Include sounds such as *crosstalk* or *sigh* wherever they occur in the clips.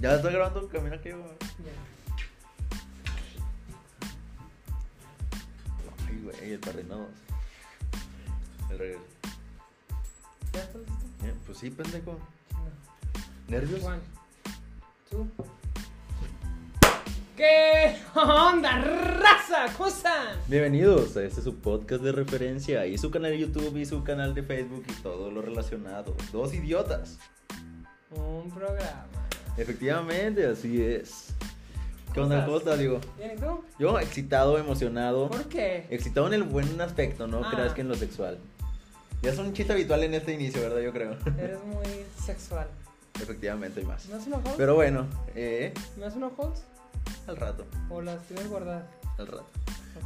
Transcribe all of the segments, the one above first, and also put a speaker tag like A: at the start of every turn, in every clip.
A: Ya está grabando el camino que yo. Ay, güey, el parrino. El regreso.
B: ¿Ya estás listo?
A: Eh, Pues sí, pendejo.
B: No.
A: ¿Nervios?
B: One, two. ¿Qué onda, raza? ¿Cómo están?
A: Bienvenidos a este su podcast de referencia y su canal de YouTube y su canal de Facebook y todo lo relacionado. Dos idiotas.
B: Un programa.
A: Efectivamente, así es. ¿Qué
B: ¿Cómo
A: onda,
B: estás?
A: ¿Cómo estás, digo?
B: ¿Bien y tú?
A: Yo excitado, emocionado.
B: ¿Por qué?
A: Excitado en el buen aspecto, no
B: Ah.
A: creas que en lo sexual. Ya es un chiste habitual en este inicio, ¿verdad? Yo creo. *laughs*
B: Eres muy sexual.
A: Efectivamente, hay más.
B: ¿Me das una hold?
A: Pero bueno, eh,
B: ¿Me das una hold?
A: al rato,
B: ¿O las tienes guardadas?
A: al rato.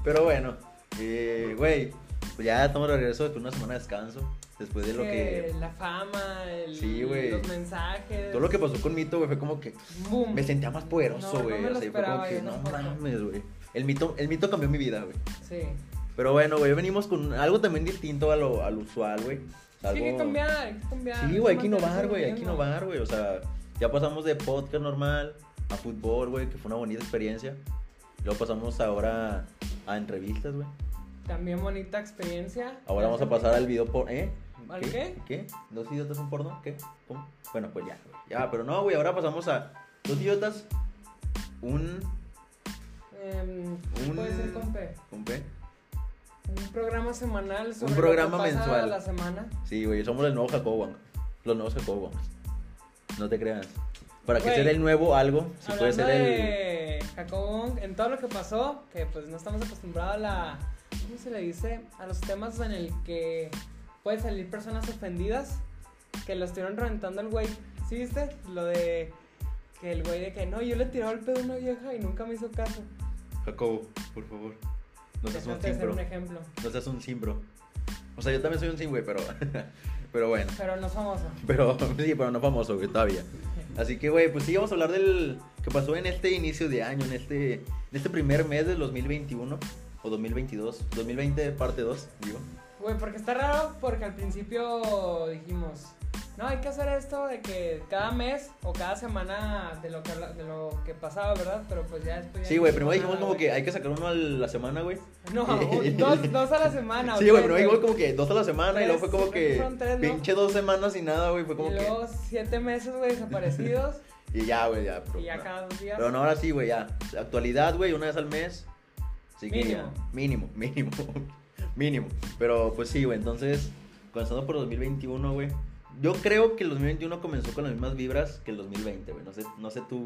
A: Pero bueno, eh, güey, pues ya estamos de regreso después de una semana de descanso. Después de lo que.
B: La fama, el,
A: Sí, güey.
B: los mensajes.
A: Todo lo que pasó con Mito, güey, fue como que
B: Boom.
A: me sentía más
B: No,
A: poderoso,
B: no
A: güey.
B: me lo
A: o sea, fue como
B: esperaba,
A: que,
B: yo
A: no
B: tampoco.
A: mames, güey. El mito, el mito cambió mi vida, güey.
B: Sí.
A: Pero bueno, güey, venimos con algo también distinto a lo, al usual, güey.
B: Sí, hay que
A: Algo-
B: cambiar, hay que cambiar.
A: Sí, güey, hay
B: No
A: que
B: mantenerse
A: innovar,
B: lo
A: güey, hay que
B: mismo.
A: innovar, güey. O sea, ya pasamos de podcast normal a fútbol, güey, que fue una bonita experiencia. Luego pasamos ahora a entrevistas, güey.
B: También bonita experiencia.
A: Ahora vamos a pasar al video por... ¿Eh?
B: ¿Al
A: ¿Qué? ¿Dos idiotas un porno? ¿Qué? ¿Cómo? Bueno, pues ya. güey. Ya, pero no, güey, ahora pasamos a dos idiotas, un...
B: Em,
A: un
B: Puede ser con P.
A: ¿Con P?
B: Un programa semanal sobre
A: Un programa
B: lo que pasa
A: mensual.
B: la semana.
A: Sí, güey, somos el nuevo Jacobo, Wong. Los nuevos Jacobo, Wong. No te creas. Para que
B: Güey.
A: ser el nuevo algo, si
B: Hablando
A: puede ser el...
B: de Jacobo, en todo lo que pasó, que pues no estamos acostumbrados a la... ¿Cómo se le dice? A los temas en el que pueden salir personas ofendidas que lo estuvieron reventando al güey. ¿Sí viste? Lo de... Que el güey de que no, yo le tiraba el pedo a una vieja y nunca me hizo caso.
A: Jacobo, por favor. No seas un
B: Dejaste de ser
A: cimbro.
B: un ejemplo.
A: No seas un cimbro. O sea, yo también soy un sim, güey, pero. *laughs* pero bueno.
B: Pero no famoso.
A: Pero *laughs* sí, pero no famoso, güey, todavía. Así que, güey, pues sí, vamos a hablar del que pasó en este inicio de año, en este, en este primer mes del 2021 o 2022, 2020 parte 2, digo.
B: Güey, porque está raro porque al principio dijimos, no, hay que hacer esto de que cada mes o cada semana de lo que, habla- de lo que pasaba, ¿verdad? Pero pues ya después... ya
A: Sí,
B: no
A: güey,
B: hicimos
A: primero dijimos
B: nada,
A: como
B: güey.
A: que hay que sacar uno a la semana, güey. *laughs*
B: No, un- dos, dos a la semana. o
A: Sí, güey,
B: Ah, tres,
A: primero dijimos como que dos a la semana y
B: Tres,
A: luego fue como
B: creo que
A: que
B: fueron tres, ¿no?
A: pinche dos semanas y nada, güey, fue como
B: Y
A: que...
B: luego siete meses, güey, desaparecidos
A: Y ya, güey, ya. pero
B: y ya
A: no.
B: cada dos días...
A: Pero no, ahora sí, güey, ya. Actualidad, güey, una vez al mes. Así que
B: Mínimo.
A: ya, mínimo, mínimo, *laughs* mínimo. Pero pues sí, güey, entonces, comenzando por 2021, güey. Yo creo que el 2021 comenzó con las mismas vibras que el 2020, güey. No sé, no sé tú.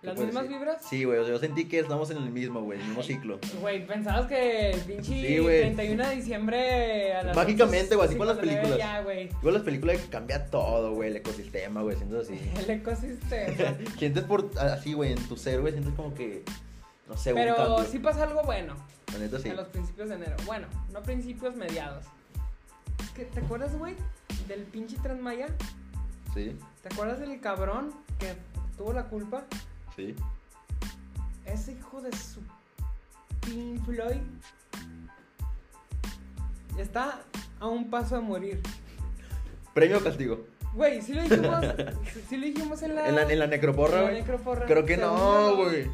A: ¿qué
B: ¿Las
A: puedes
B: mismas vibras?
A: Sí, güey, o sea, yo sentí que estamos en el mismo, güey, el mismo ciclo.
B: Güey, pensabas que el pinche
A: Sí, güey.
B: 31 de diciembre a las
A: Mágicamente, güey, así
B: 11:59,
A: con las películas.
B: Ya, güey. *laughs*
A: Igual las películas que cambia todo, güey, el ecosistema, güey, sientes
B: *laughs*
A: así.
B: El ecosistema.
A: sientes por, así, güey, en tu ser, güey, sientes como que, no sé, güey, un
B: Pero
A: cambio.
B: sí pasa algo bueno.
A: La neta, sí.
B: A los principios de enero. Bueno, no principios, mediados. Es que, ¿te acuerdas, güey? Del pinche Tren Maya.
A: Sí,
B: ¿Te acuerdas del cabrón que tuvo la culpa?
A: sí.
B: Ese hijo de su Pink Floyd. Está a un paso de morir.
A: Premio o castigo.
B: Güey, sí
A: *laughs*
B: lo dijimos. sí- sí lo dijimos en la.
A: En la, en la necroporra,
B: en la
A: güey.
B: necroporra.
A: Creo que
B: Según
A: no,
B: yo,
A: güey.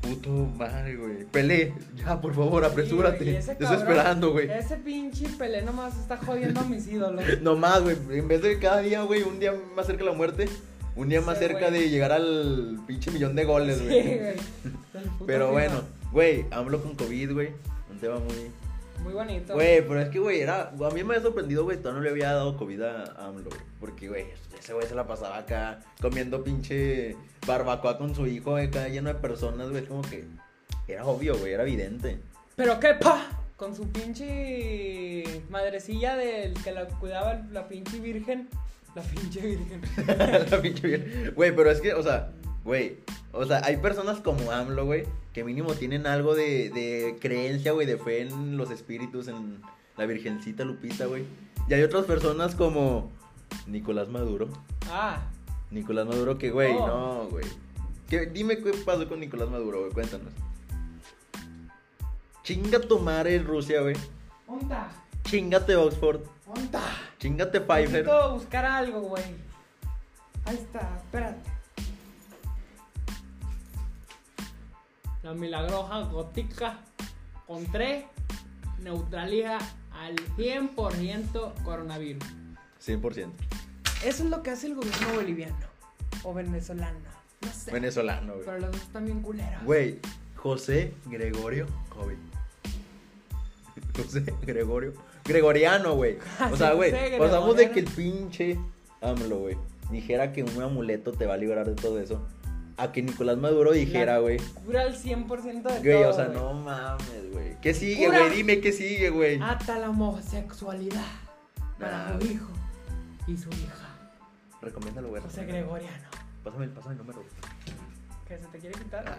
A: Puto madre, güey. Pelé, ya, por favor,
B: Sí, güey,
A: apresúrate.
B: y ese
A: Te estoy
B: cabrón-
A: esperando, güey.
B: Ese pinche pelé nomás está jodiendo a mis
A: *laughs*
B: ídolos.
A: No más, güey. En vez de cada día, güey, un día más cerca de la muerte, un día más
B: Sí,
A: cerca
B: güey.
A: de llegar al pinche millón de goles,
B: Sí,
A: güey.
B: güey. El puto
A: Pero
B: FIFA.
A: bueno, güey, hablo con COVID, güey. Un tema muy.
B: Muy bonito.
A: Güey, pero es que, güey, era... a mí me había sorprendido, güey, todavía no le había dado COVID a AMLO, güey. Porque, güey, ese güey se la pasaba acá comiendo pinche barbacoa con su hijo, güey, acá lleno de personas, güey. Como que era obvio, güey, era evidente. *laughs*
B: Pero qué pa, con su pinche madrecilla del que la cuidaba la pinche virgen. La pinche virgen.
A: la pinche bien. Güey, pero es que, o sea, güey, o sea, hay personas como AMLO, güey, que mínimo tienen algo de, de creencia, güey, de fe en los espíritus, en la virgencita Lupita, güey. Y hay otras personas como Nicolás Maduro.
B: Ah,
A: Nicolás Maduro, que güey,
B: Oh.
A: no, güey. Que- Dime qué pasó con Nicolás Maduro, güey, cuéntanos. Chinga tu madre Rusia, güey.
B: onta,
A: Chingate Oxford.
B: onta.
A: Chingate Pfizer.
B: Necesito buscar algo, güey. Ahí está, espérate. la milagrosa gótica con 3 neutraliza al 100% coronavirus.
A: 100%.
B: Eso es lo que hace el gobierno boliviano o venezolano. No sé.
A: Venezolano, güey.
B: Pero los dos están bien culeros.
A: Güey, José Gregorio COVID. José Gregorio. Gregoriano,
B: *laughs*
A: güey. O sea, güey,
B: José
A: pasamos de
B: Gregoriano.
A: que el pinche AMLO, güey, dijera que un amuleto te va a librar de todo eso. A que Nicolás Maduro dijera,
B: La
A: güey.
B: Cura al 100% de
A: Güey,
B: todo.
A: o sea,
B: güey.
A: no mames, güey. ¿Qué sigue,
B: Cura.
A: güey? Dime qué sigue, güey.
B: Ata la homosexualidad para
A: Nah,
B: su
A: güey.
B: hijo y su hija.
A: Recomiéndalo, güey.
B: José
A: recomiéndalo.
B: Gregoriano.
A: Pásame, el- pásame el número. güey.
B: ¿Que se te quiere quitar?
A: Ah.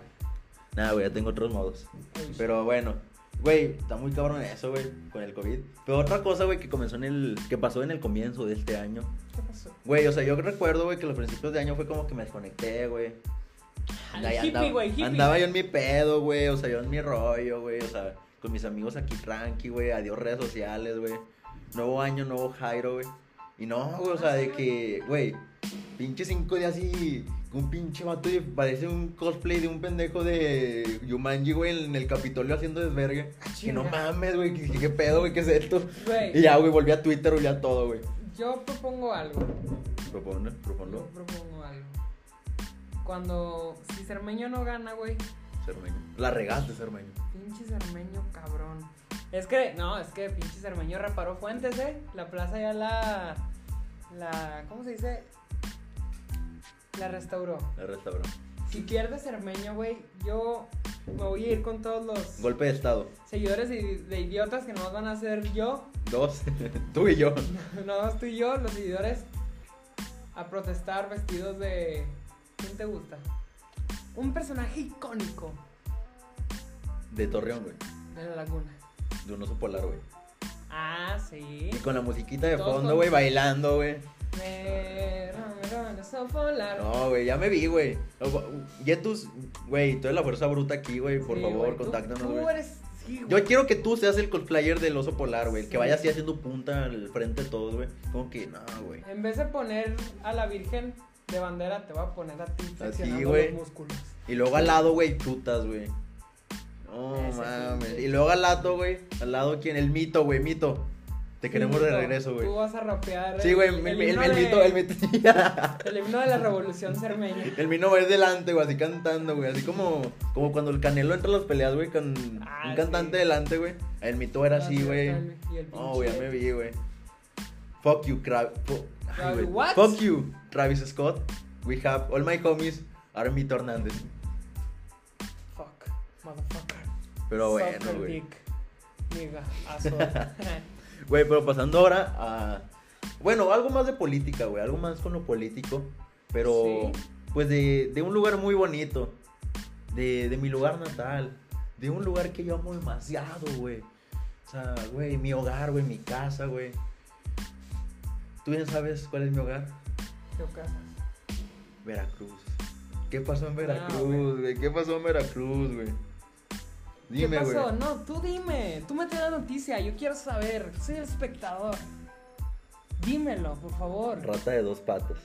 A: Nada, güey, ya tengo otros modos.
B: Uy,
A: Pero bueno, güey, está muy cabrón eso, güey, con el COVID. Pero otra cosa, güey, que comenzó en el. que pasó en el comienzo de este año.
B: ¿Qué pasó?
A: Güey, o sea, yo recuerdo, güey, que los principios de año fue como que me desconecté, güey.
B: Al
A: Ahí
B: hippie,
A: andaba-
B: güey, hippie.
A: Andaba yo en mi pedo, güey, o sea, yo en mi rollo, güey, o sea, con mis amigos aquí tranqui, güey, adiós redes sociales, güey. Nuevo año, nuevo Jairo, güey. Y no, güey, o sea, de que, güey, pinche cinco días y un pinche vato y parece un cosplay de un pendejo de Yumanji, güey, en el Capitolio haciendo desvergue.
B: Ah,
A: Que no
B: chinga.
A: mames, güey, que- qué pedo, güey, qué es esto.
B: Güey.
A: Y ya, güey, volví a Twitter, volví a todo, güey.
B: Yo propongo algo.
A: Proponlo,
B: Yo
A: proponlo,
B: propongo algo. Cuando. Si Cermeño no gana, güey.
A: Cermeño. La regaste, Cermeño.
B: Pinche Cermeño, cabrón. Es que. No, es que pinche Cermeño reparó fuentes, ¿eh? La plaza ya la. La. ¿Cómo se dice? La restauró.
A: La restauró.
B: Si pierde Cermeño, güey, yo me voy a ir con todos los
A: Golpe de estado.
B: seguidores de, de idiotas que nos van a hacer yo. *laughs*
A: Dos. *laughs* Tú y yo.
B: Nada más tú y yo, los seguidores, a protestar vestidos de. ¿Quién te gusta? Un personaje icónico
A: De Torreón, güey.
B: de la laguna.
A: De un oso polar, güey.
B: Ah, sí.
A: Y con la musiquita de
B: Todos
A: fondo,
B: con-
A: güey, bailando, güey.
B: Me robaron los sofolar.
A: No, güey, ya me vi, güey. Yetus, güey, tú eres la fuerza bruta aquí, güey. Por
B: Sí,
A: favor,
B: güey, tú-
A: contáctanos,
B: Tú,
A: güey.
B: eres. Sí, güey.
A: Yo quiero que tú seas el cosplayer del oso polar, güey. el Que
B: Sí.
A: vaya así haciendo punta al frente de todos, güey. Como que, no, güey.
B: En vez de poner a la Virgen de bandera, te voy a poner a ti seccionando
A: Ah, güey.
B: los músculos.
A: Y luego al lado, güey, chutas, güey. No
B: Ese sí,
A: mames.
B: güey.
A: Y luego al lado, güey. Al lado, ¿quién? El mito, güey, mito. Te queremos de
B: Mito,
A: regreso, güey.
B: Tú vas a rapear.
A: Sí, güey,
B: el,
A: el, el-
B: himno
A: el
B: de-
A: mito, el mito. *laughs*
B: el himno de la revolución cermeña.
A: El Mino va a ir delante, güey, así cantando, güey. Así como, como cuando el Canelo entra a las peleas, güey, con
B: Ah,
A: un cantante
B: sí.
A: delante, güey. El Mito *laughs* era así, güey.
B: Y el
A: No, güey, ya
B: pinche-
A: me vi, güey. Fuck you, Crab. fu- Ay, güey.
B: What?
A: Fuck you, Travis Scott. We have all my homies are Mito Hernández.
B: Fuck, motherfucker.
A: Pero bueno,
B: Sucker
A: güey.
B: dick, nigga,
A: *laughs*
B: asshole. *laughs*
A: Güey, pero pasando ahora a. Bueno, algo más de política, güey. Algo más con lo político. Pero.
B: Sí.
A: Pues de, de un lugar muy bonito. De, de mi lugar natal. De un lugar que yo amo demasiado, güey. O sea, güey, mi hogar, güey, mi casa, güey. ¿Tú bien sabes cuál es mi hogar?
B: Yo casas.
A: Veracruz. ¿Qué pasó en
B: Ah, güey.
A: Veracruz, güey? ¿Qué pasó en Veracruz, güey? Dime,
B: ¿Qué
A: güey.
B: pasó? No, tú dime. Tú me traes la noticia. Yo quiero saber. Soy el espectador. Dímelo, por favor.
A: Rata de dos patas.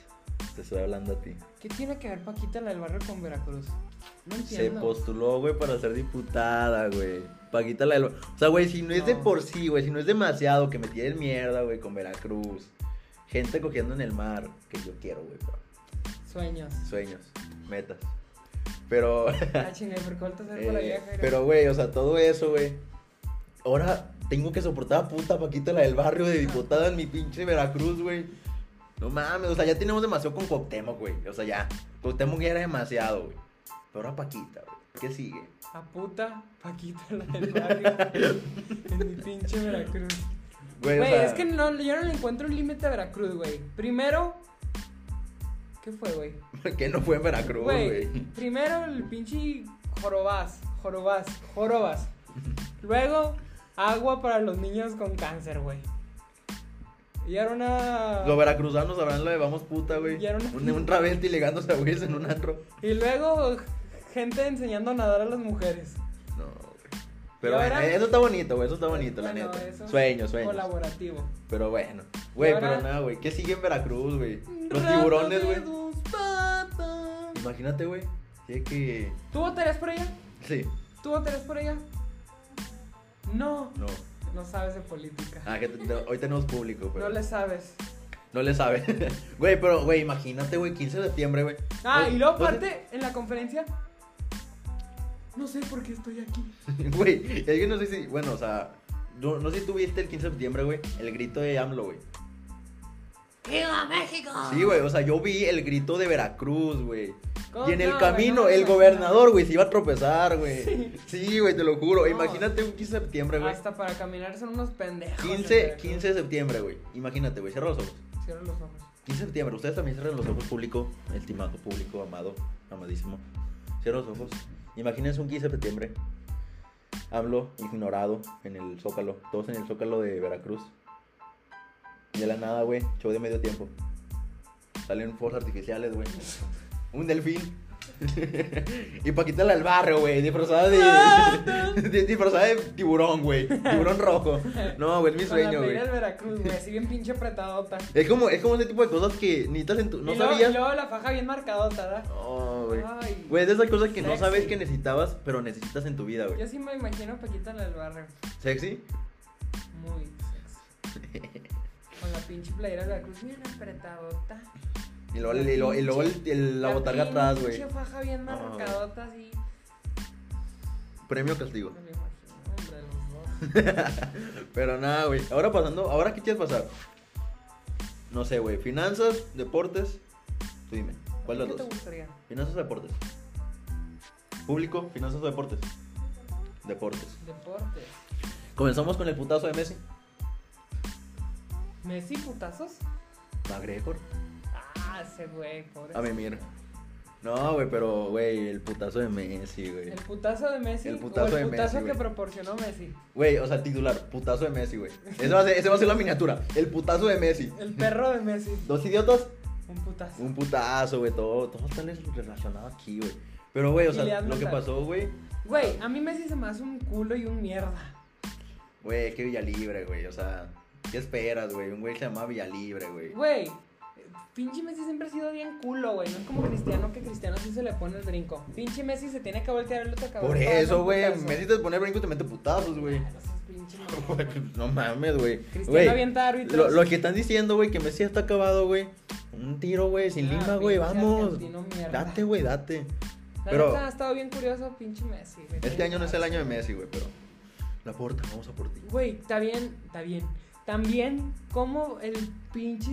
A: Te estoy hablando a ti.
B: ¿Qué tiene que ver Paquita la del barrio con Veracruz? No
A: Se
B: entiendo.
A: postuló, güey, para ser diputada, güey. Paquita la del... O sea, güey, si no es de
B: No.
A: por sí, güey, si no es demasiado que me tiren mierda, güey, con Veracruz. Gente cogiendo en el mar, que yo quiero, güey, pero *laughs*
B: Sueños.
A: sueños, metas. Pero,
B: Ah, chinga, ¿por
A: *laughs*
B: qué vueltas a ver por la
A: eh,
B: vieja?
A: pero, güey, o sea, todo eso, güey. Ahora tengo que soportar a puta Paquita la del barrio de diputada en mi pinche Veracruz, güey. No mames, o sea, ya tenemos demasiado con Cuauhtémoc, güey. O sea, ya, Cuauhtémoc ya era demasiado, güey. Pero ahora Paquita, güey, ¿qué sigue?
B: A puta Paquita la del barrio. en mi pinche
A: *laughs*
B: Veracruz.
A: Güey, o
B: Güey,
A: sea,
B: es que no, yo no le encuentro un límite a Veracruz, güey. Primero, ¿qué fue, güey?
A: *laughs* que no fue en Veracruz,
B: Güey,
A: güey.
B: primero el pinche jorobás, jorobás,
A: *laughs*
B: jorobas. Luego, agua para los niños con cáncer, güey. Y ahora una...
A: Los veracruzanos sabrán lo de vamos puta, güey.
B: Y era una-
A: Un, un travesti ligándose a güeyes en un antro.
B: Y luego, gente enseñando a nadar a las mujeres.
A: No, güey. Pero
B: Y
A: bueno,
B: ahora-
A: eso está bonito, güey. Eso está bonito, la
B: Bueno,
A: neta.
B: eso es
A: Sueños, sueños.
B: Colaborativo.
A: Pero bueno. Güey,
B: Y ahora-
A: pero nada, güey. ¿Qué sigue en Veracruz, güey? Los
B: Rata
A: tiburones,
B: de
A: güey.
B: dos patas.
A: Imagínate, güey. Tiene que.
B: ¿Tú votarías por ella?
A: Sí,
B: ¿Tú votarías por ella? No.
A: no.
B: No sabes de política.
A: Ah, que te- te- hoy tenemos público, pero.
B: No le sabes.
A: No le sabe. *laughs* Güey, pero, güey, imagínate, güey, 15 de septiembre, güey.
B: Ah,
A: Güey,
B: y luego
A: o sea,
B: aparte, en la conferencia. No sé por qué estoy aquí.
A: *laughs* Güey, es que no sé si. Bueno, o sea. No, no sé si tú viste el 15 de septiembre, güey, el grito de AMLO, güey.
B: ¡Viva México!
A: Sí, güey, o sea, yo vi el grito de Veracruz, güey.
B: ¿Cómo?
A: Y en el
B: No, güey,
A: camino,
B: no me
A: el
B: imagino.
A: gobernador, güey, se iba a tropezar, güey.
B: Sí.
A: Sí, güey, te lo juro.
B: No. Ah,
A: Imagínate un 15 de septiembre, güey.
B: Hasta para caminar son unos pendejos.
A: 15,
B: en
A: 15 de septiembre, güey. Imagínate, güey, cierra los ojos.
B: Veracruz. Cierra los ojos.
A: 15 de septiembre, ustedes también cierran los ojos, público, estimado público, amado, amadísimo. Cierran los ojos. Imagínense un 15 de septiembre. Hablo ignorado en el Zócalo. Todos en el Zócalo de Veracruz. Y de la nada, güey. Show de medio tiempo. Salen fuegos artificiales,
B: *laughs*
A: güey. Un delfín. *laughs* y Paquita al barrio, güey. Disfrazada de.
B: *laughs*
A: de- *laughs* disfrazada de tiburón, güey. Tiburón rojo. No, güey, es mi
B: Con la
A: sueño, güey.
B: playera del Veracruz,
A: *laughs*
B: güey. Así bien pinche apretadota.
A: Es como, es como ese tipo de cosas que necesitas en tu. No
B: y luego,
A: sabías.
B: y luego la faja bien marcadota, ¿verdad?
A: No, güey.
B: Ay.
A: Güey, es de esas cosas que no
B: Sexy.
A: sabes que necesitabas, pero necesitas en tu vida, güey.
B: Yo sí me imagino a Paquita la del barrio.
A: ¿Sexy?
B: Muy sexy. Con la pinche playera de Veracruz bien apretadota.
A: Y luego, y luego- y luego el- el- la, botarga atrás, güey.
B: Pinche faja bien
A: No, güey.
B: marcadota, así.
A: Premio castigo.
B: No me imagino, hombre, los dos.
A: Pero nada, güey. Ahora pasando, ¿ahora qué quieres pasar? No sé, güey. Finanzas, deportes. Tú dime. ¿Cuál de
B: ¿Qué
A: los
B: te
A: dos?
B: gustaría?
A: Finanzas o deportes. Público, finanzas o deportes. Deportes.
B: Deportes.
A: Comenzamos con el putazo de Messi.
B: ¿Messi putazos?
A: McGregor.
B: Ah, ese güey, pobre.
A: A mí, mira. No, güey, pero, güey, el putazo de Messi, güey.
B: El putazo de Messi.
A: El putazo
B: o el
A: de
B: putazo
A: Messi,
B: que
A: güey.
B: proporcionó Messi.
A: Güey, o sea, el titular, putazo de Messi, güey. Ese va, a ser, ese va a ser la miniatura, el putazo de Messi.
B: El perro de Messi.
A: Dos idiotas,
B: Un putazo.
A: un putazo, güey, todo, todo está relacionado aquí, güey. Pero, güey, o
B: Y le
A: sea,
B: dan
A: lo que
B: mental.
A: pasó, güey,
B: Güey, a mí Messi se me hace un culo y un mierda.
A: güey, es que Villalibre, güey, o sea, ¿qué esperas, güey? Un güey se llama Villalibre, güey.
B: Güey, pinche Messi siempre ha sido bien culo, güey. No es como Cristiano, que Cristiano sí se le pone el brinco. Pinche Messi se tiene que voltear el otro cabrón.
A: Por
B: para darle
A: eso,
B: un
A: güey,
B: putazo.
A: Messi te pone brinco y te mete putazos, güey. *laughs*
B: Ah, no seas pinche mamón.
A: No mames, güey.
B: Cristiano
A: Güey,
B: avienta
A: Lo,
B: árbitros.
A: lo que están diciendo, güey, que Messi está acabado, güey. Un tiro, güey, sin
B: Ah,
A: lima, güey,
B: pinche
A: vamos.
B: argentino mierda.
A: Date, güey, date.
B: La
A: pero-
B: neta ha estado bien curioso, pinche Messi. güey.
A: Este año no es el año de Messi, güey, pero. La porta, vamos a por ti.
B: Güey, está bien, está bien. También, como el pinche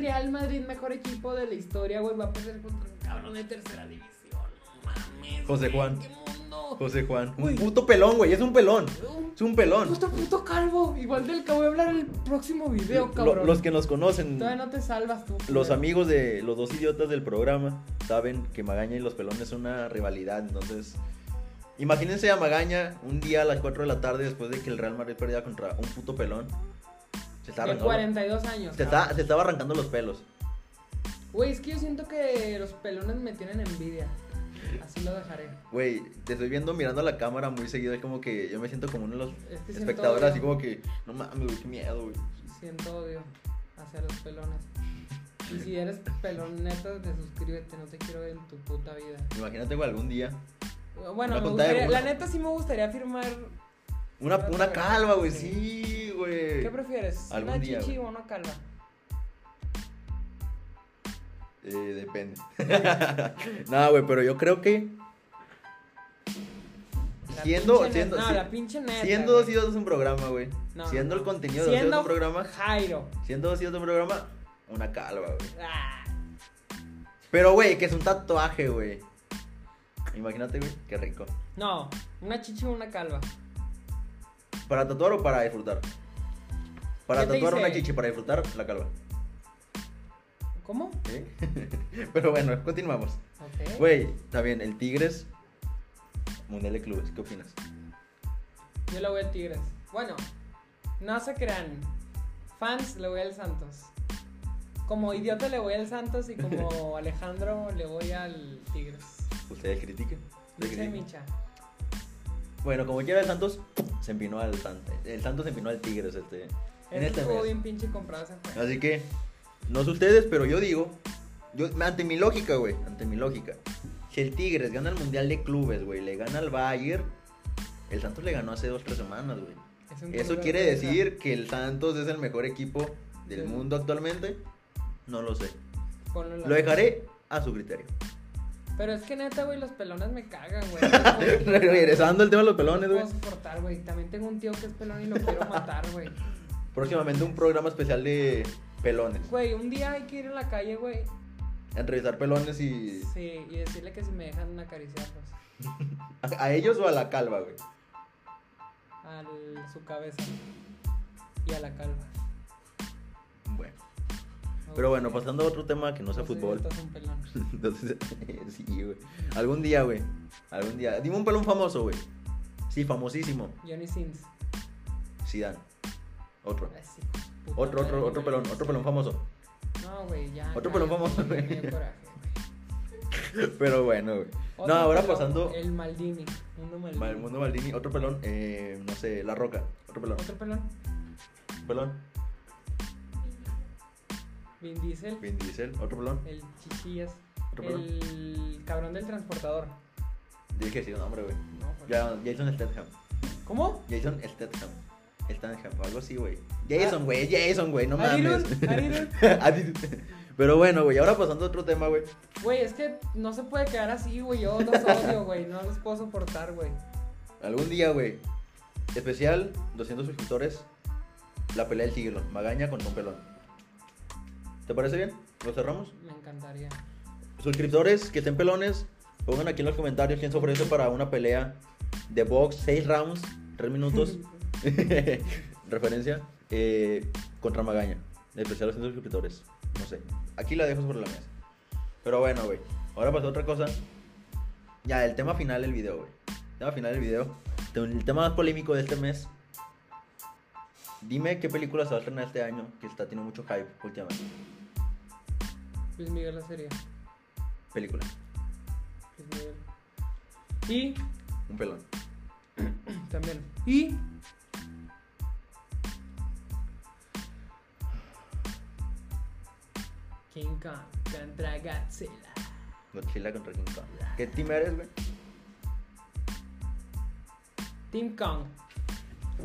B: Real Madrid, mejor equipo de la historia, güey, va a perder contra un cabrón de tercera división. No Mames.
A: José
B: güey,
A: Juan.
B: ¿Qué mundo?
A: José Juan. Un
B: Oh. Uy.
A: puto pelón, güey, es un pelón.
B: Un
A: Es un pelón.
B: puto puto calvo. Igual del que voy a hablar en el próximo video,
A: Lo-
B: cabrón.
A: los que nos conocen,
B: Todavía no te salvas tú.
A: los
B: culero.
A: amigos de los dos idiotas del programa, saben que Magaña y los pelones es una rivalidad. Entonces, imagínense a Magaña un día a las 4 de la tarde después de que el Real Madrid perdiera contra un puto pelón. Se está
B: De
A: arrancando.
B: 42 años.
A: se,
B: cabrón.
A: está- se estaba arrancando los pelos.
B: Güey, es que yo siento que los pelones me tienen envidia. Así lo dejaré.
A: Güey, te estoy viendo mirando a la cámara muy seguido. Es como que yo me siento como uno de los
B: Es que Este siento
A: espectadores,
B: odio.
A: así como que, no mames, güey, qué miedo, güey.
B: Siento odio hacia los pelones. Y si eres pelón neta, te suscríbete, no te quiero ver en tu puta vida.
A: Imagínate, güey, algún día.
B: Bueno,
A: Una
B: me
A: puntada de
B: gustaría,
A: uno.
B: la neta sí me gustaría firmar.
A: Una,
B: Una
A: una
B: calva,
A: calva, güey,
B: sí.
A: sí, güey.
B: ¿Qué prefieres?
A: algún
B: ¿Una
A: día,
B: chichi
A: güey.
B: o una calva?
A: Eh, depende. *laughs* Nada, güey, pero yo creo que.
B: La
A: Siendo,
B: pinche
A: siendo,
B: neta-
A: si-
B: no, la pinche neta.
A: siendo
B: güey.
A: dos idiotas un programa, güey.
B: No,
A: siendo
B: no.
A: el contenido de dos
B: Siendo
A: idiotas un programa.
B: Jairo.
A: Siendo dos idiotas un programa, una calva, güey.
B: Ah,
A: Pero, güey, que es un tatuaje, güey. Imagínate, güey, qué rico.
B: no, una chichi o una calva.
A: ¿Para tatuar o para disfrutar? Para
B: Yo te
A: tatuar
B: hice-
A: una chichi, para disfrutar la calva.
B: ¿Cómo?
A: ¿eh? *laughs* pero bueno, continuamos.
B: Ok.
A: Güey, también, el Tigres. Mundial de clubes, ¿qué opinas?
B: Yo le voy al Tigres. Bueno, no se crean. Fans, le voy al Santos. Como idiota le voy al Santos y
A: *laughs*
B: como Alejandro le voy al Tigres.
A: Ustedes critiquen. Ustedes
B: Micha y
A: critiquen.
B: Micha.
A: Bueno, como quiera el Santos se empinó al Santos. El Santos se empinó al Tigres este, en
B: Eso
A: este
B: estuvo
A: mes.
B: bien pinche comprado ese juego.
A: Así que, no sé ustedes, pero yo digo, yo, ante mi lógica, güey, ante mi lógica, Si el Tigres gana el Mundial de Clubes, güey, le gana al Bayern, el Santos le ganó hace dos, tres semanas, güey.
B: Es un
A: ¿Eso
B: club
A: quiere
B: de cabeza.
A: decir que el Santos es el mejor equipo del
B: Sí.
A: mundo actualmente? No lo sé.
B: Ponlo en la-
A: Lo dejaré a su criterio.
B: Pero es que neta, güey, los pelones me cagan,
A: *laughs*
B: güey.
A: Regresando al tema de los
B: No
A: pelones, güey.
B: puedo soportar, güey. También tengo un tío que es pelón y lo quiero matar, güey.
A: Próximamente un programa especial de pelones.
B: Güey, un día hay que ir a la calle, güey.
A: Entrevistar pelones y.
B: Sí, y decirle que si me dejan acariciarlos.
A: ¿A, a ellos o a la calva, güey?
B: A su cabeza. Y a la calva.
A: Bueno. Pero bueno, pasando a otro tema que no sea
B: Entonces,
A: fútbol.
B: estás un pelón.
A: *laughs* Entonces, *laughs* sí, güey. Algún día, güey. Algún día. Dime un pelón famoso, güey. Sí, famosísimo.
B: Johnny Sins.
A: Zidane. Otro.
B: Ay, sí, puta
A: Otro,
B: madre,
A: otro, otro
B: güey.
A: pelón. Otro pelón famoso. *laughs*
B: No, güey, ya.
A: Otro
B: ya,
A: pelón
B: ya,
A: famoso,
B: ya me
A: güey.
B: dio coraje, güey.
A: Pero bueno, güey. No,
B: Otro
A: ahora
B: pelón,
A: pasando.
B: El Maldini. Uno Maldini.
A: El mundo Maldini. Otro pelón. Eh, no sé, La Roca. Otro pelón.
B: Otro pelón.
A: Pelón.
B: Vin Diesel.
A: Vin Diesel. Otro pelón.
B: El Chichillas.
A: Otro pelón.
B: El cabrón del transportador.
A: Dije sí, un nombre, güey.
B: No, pues. güey.
A: Ya, Jason Statham.
B: ¿Cómo?
A: Jason Statham. Statham, o algo así, güey. Jason, güey, es Jason, güey, no mames.
B: Ah. Arirun,
A: *laughs*
B: Arirun.
A: Attitude. Pero bueno, güey, ahora pasando a otro tema, güey.
B: Güey, es que no se puede quedar así, güey. Yo los odio, güey. No los puedo soportar, güey.
A: Algún día, güey. Especial, 200 suscriptores. La pelea del siglo. Magaña con un pelón. ¿Te parece bien? ¿Lo cerramos?
B: Me encantaría.
A: Suscriptores que estén pelones, pongan aquí en los comentarios quién se ofrece para una pelea de box, 6 rounds, 3 minutos. Referencia eh, contra Magaña. En especial los 100 suscriptores. No sé. Aquí la dejo sobre la mesa. Pero bueno, güey. Ahora pasó otra cosa. Ya, el tema final del video, güey. Tema final del video. Te- El tema más polémico de este mes. Dime qué película se va a estrenar este año que está tiene mucho hype últimamente.
B: Luis Miguel la serie.
A: Película.
B: Luis Miguel. Y
A: Un pelón.
B: también. Y. King Kong contra Godzilla.
A: Godzilla contra King Kong. ¿Qué team eres, güey?
B: Team Kong.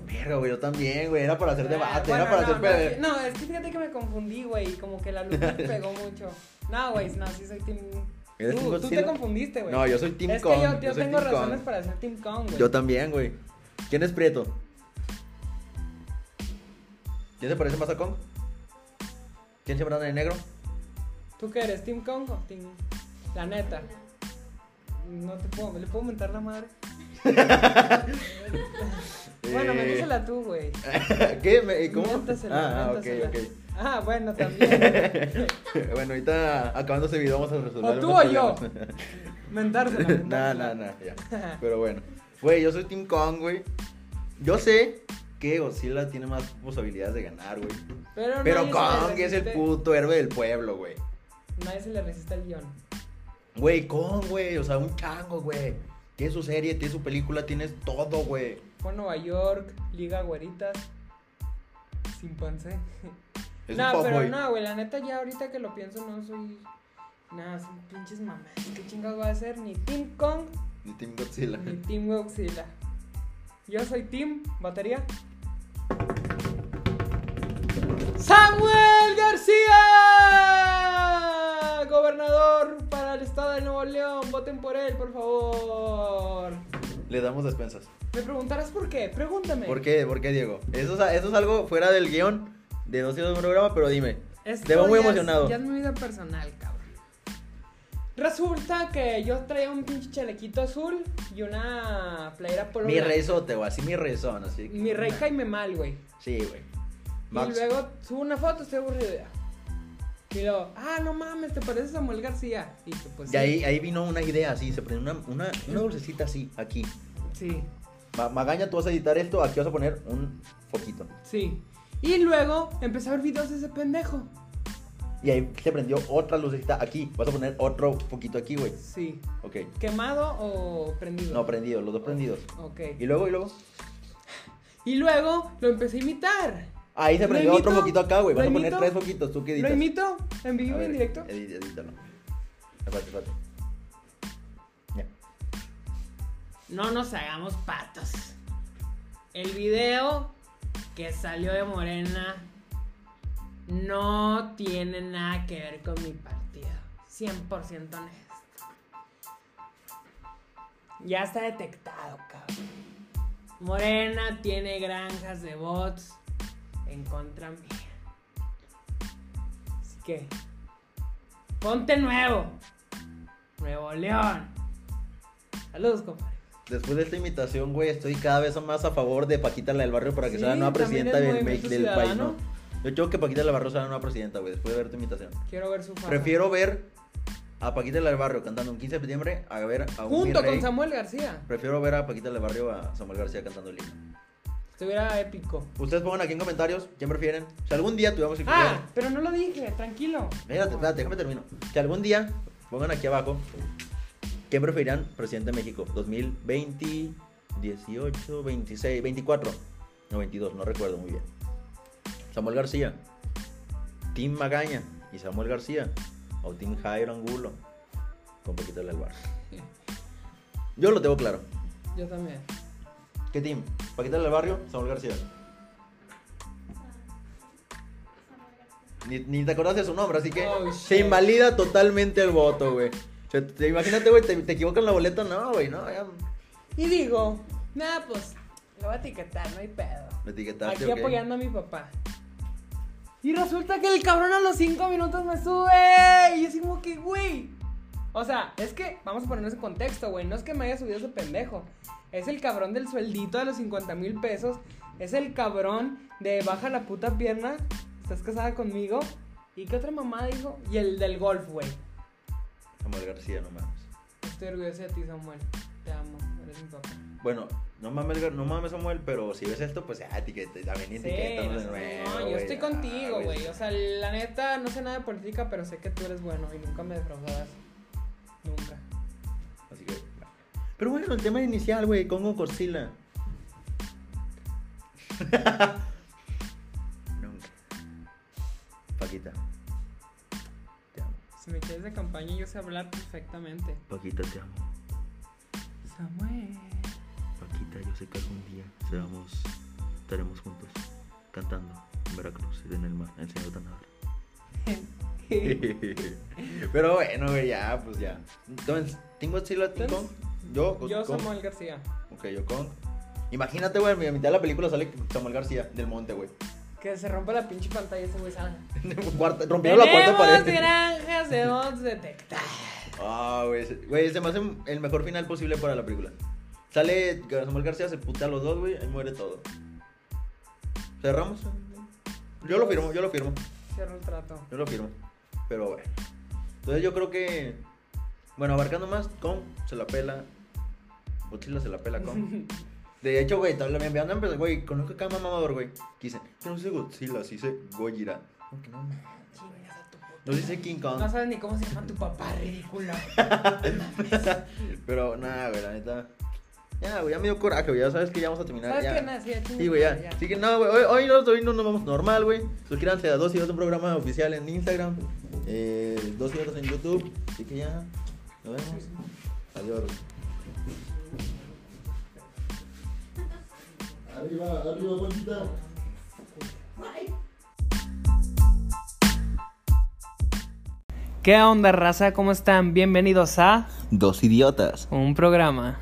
A: Verga, güey, yo también, güey. Era para hacer
B: Ah,
A: debate,
B: bueno,
A: era para
B: no,
A: hacer.
B: no,
A: pe-
B: es que- No, es que fíjate que me confundí, güey. Como que la luz me pegó
A: *laughs*
B: mucho. No, güey, no, sí soy Team.
A: ¿Eres
B: Tú,
A: team
B: tú
A: Godzilla?
B: te confundiste, güey.
A: No, yo soy Team
B: es
A: Kong.
B: que yo, yo
A: soy
B: tengo
A: team
B: razones
A: Kong.
B: para ser Team Kong, güey.
A: Yo también, güey. ¿Quién es Prieto? ¿Quién se parece más a Kong? ¿Quién siempre anda de negro? *laughs*
B: ¿Tú qué eres, Team Kong o Team.? La neta. No te puedo, ¿le puedo mentar
A: *laughs*
B: la madre? Bueno,
A: Eh,
B: métesela tú, güey.
A: ¿Qué? Me- ¿Cómo?
B: Méntasela,
A: ah, ah, ok,
B: méntasela.
A: ok.
B: Ah, bueno,
A: *laughs*
B: también.
A: bueno, ahorita acabando este video vamos a resolver.
B: ¿O tú
A: unos
B: o yo?
A: problemas.
B: *laughs*
A: *laughs*
B: Mentársela.
A: Nah,
B: mentársela.
A: nah, *laughs* nah, ya. Pero bueno. Güey, yo soy Team Kong, güey. Yo sé que Godzilla tiene más posibilidades de ganar, güey.
B: Pero,
A: Pero
B: nadie se le
A: Kong es el
B: resiste-
A: puto héroe del pueblo, güey.
B: Nadie se le resiste al guión.
A: Güey, Kong, güey. O sea, un chango, güey. Tiene su serie, tiene su película, tienes todo, güey.
B: Fue a Nueva York, Liga Güeritas, Chimpancé.
A: Es
B: no,
A: un
B: pero
A: fuckboy.
B: no, güey, la neta ya ahorita que lo pienso no soy... Nada, son pinches mamás. ¿Qué chingados va a ser? Ni Team Kong,
A: Ni Team Godzilla.
B: ni Team Godzilla. Yo soy Team Batería. Samuel García, gobernador para el estado de Nuevo León. Voten por él, por favor.
A: Le damos despensas.
B: Me preguntarás por qué. Pregúntame.
A: ¿Por qué? ¿Por qué, Diego? Eso es, eso es algo fuera del guión de dos de un programa, pero dime. Te veo muy
B: ya es-
A: emocionado.
B: ya es mi vida personal, cabrón. Resulta que yo traía un pinche chalequito azul y una playera polo.
A: Mi
B: blanco.
A: rezote, güey. Así mi rezón, así.
B: Mi rey Jaime Mal, güey.
A: Sí, güey.
B: Y luego subo una foto, estoy aburrido ya. Y luego, ah, no mames, te pareces a Samuel García. Y yo, pues
A: Y
B: sí.
A: ahí, ahí vino una idea así, se prendió una, una, una dulcecita así, aquí.
B: Sí,
A: Ma- Magaña, tú vas a editar esto, aquí vas a poner un foquito.
B: sí. Y luego empecé a ver videos de ese pendejo.
A: Y ahí se prendió otra lucecita aquí, vas a poner otro foquito aquí, güey.
B: Sí.
A: Ok.
B: ¿Quemado o prendido?
A: No, prendidos, los dos prendidos.
B: Ok.
A: Y luego, y luego.
B: Y luego lo empecé a imitar.
A: Ahí se
B: ¿Lo
A: prendió otro
B: imito?
A: foquito acá, güey. Vas
B: ¿Lo
A: a poner
B: imito?
A: tres foquitos, tú qué
B: ¿Lo
A: editas.
B: imito en
A: A
B: vivo y
A: ver,
B: en directo?
A: edi- Edítalo. Espérate, espérate.
B: No nos hagamos patos. El video que salió de Morena no tiene nada que ver con mi partido. 100% honesto. Ya está detectado, cabrón. Morena tiene granjas de bots en contra mía. Así que, ponte nuevo. Nuevo León. Saludos, compadre.
A: Después de esta imitación, güey, estoy cada vez más a favor de Paquita la del Barrio para que
B: Sí,
A: sea la nueva
B: también
A: presidenta
B: del
A: del,
B: Movimiento
A: del país, ¿no?
B: Ciudadano.
A: Yo creo que Paquita la del Barrio sea la nueva presidenta, güey, después de ver tu imitación.
B: Quiero ver su fama.
A: Prefiero ver a Paquita la del Barrio cantando un 15 de septiembre a ver a un
B: Junto
A: mi rey.
B: con Samuel García.
A: Prefiero ver a Paquita la del Barrio a Samuel García cantando el himno.
B: Estuviera épico.
A: Ustedes pongan aquí en comentarios quién prefieren. Si algún día tuviéramos que
B: Ah, pero no lo dije, tranquilo.
A: Espérate, espérate, déjame termino. Que algún día pongan aquí abajo ¿Qué preferirán presidente de México? 2020, 18, 26, 24 No, 22, no recuerdo muy bien Samuel García Tim Magaña y Samuel García O Tim Jairo Angulo Con poquito de Alvar Yo lo tengo claro
B: Yo también.
A: ¿Qué team? ¿Paquita del Barrio? Samuel García Ni, ni te acordás de su nombre, así que
B: Oh,
A: se
B: shit.
A: invalida totalmente el voto, güey. O sea, te- imagínate, güey, te, te equivocan la boleta, no, güey, no, ya
B: Y digo, nada, pues lo voy a etiquetar, no hay pedo.
A: me etiquetaste,
B: Aquí
A: ok.
B: apoyando a mi papá. Y resulta que el cabrón a los 5 minutos me sube. Y yo así como que, güey. O sea, es que, vamos a ponernos en contexto, güey. No es que me haya subido ese pendejo. Es el cabrón del sueldito de los 50 mil pesos. Es el cabrón de baja la puta pierna. Estás casada conmigo. ¿Y qué otra mamá dijo? Y el del golf, güey.
A: Samuel García, no mames.
B: Estoy orgulloso de ti, Samuel. Te amo. Eres mi papá.
A: Bueno, no mames, Gar- no mames, Samuel, pero si ves esto, pues ya etiqueta, también
B: Sí,
A: etiquétanos
B: no,
A: de
B: sé,
A: nuevo,
B: no, yo
A: güey.
B: estoy
A: Ah,
B: contigo, güey. O sea, la neta, no sé nada de política, pero sé que tú eres bueno y nunca me defraudas. Nunca.
A: Así que. Pero bueno, el tema inicial, güey, Congo *laughs* Corcila. Nunca. Paquita. Te amo.
B: Si me quieres de campaña, yo sé hablar perfectamente.
A: Paquita, te amo.
B: Samuel.
A: Paquita, yo sé que algún día seremos, estaremos juntos cantando en Veracruz, en el mar, en Señor Tanadar. *laughs* Pero bueno, güey, ya, pues ya. Entonces, ¿tengo estilo a ti, Kong?
B: Entonces,
A: Yo, con-
B: yo,
A: con-
B: Samuel García.
A: Ok, yo, Kong. Imagínate, güey, a mitad de la película sale Samuel García del Monte, güey. *laughs*
B: Que se rompe la pinche pantalla ese güey. sale.
A: Cuarta- rompieron la este. cuarta
B: Tenemos
A: pared.
B: granjas de bots detectadas.
A: Ah, güey. se- Güey, se me hace el mejor final posible para la película. Sale Samuel García, se putea a los dos, güey, ahí muere todo. ¿Cerramos? Yo lo firmo, yo lo firmo.
B: Cierro el trato.
A: Yo lo firmo. Pero bueno. Entonces yo creo que. Bueno, abarcando más, con se la pela. Godzilla se la pela *laughs* con. De hecho, güey, también me andan empezando, güey, conozco a cada mamador, güey. Que dicen, que no sé Godzilla, sí sé Gojira. Como que no, mames.
B: Chingas a tu puta
A: no sí sé King Kong.
B: No sabes ni cómo se llama tu papá, ridículo.
A: Pero nada, güey, la neta. Ya, güey, ya me dio coraje, güey. Ya sabes que ya vamos a terminar.
B: ¿Sabes
A: ya.
B: qué? Nada, sí, ya
A: Sí, güey, ya.
B: chingas,
A: Así que no, güey, hoy, hoy, no, hoy no nos vamos normal, güey. Suscríbanse a Dos y Dos, un programa oficial en Instagram. Eh, dos y Dos en YouTube. Así que ya, nos vemos. Adiós.
C: Arriba, arriba, bolita.
B: ¿Qué onda, raza? ¿Cómo están? Bienvenidos a
A: Dos idiotas.
B: un programa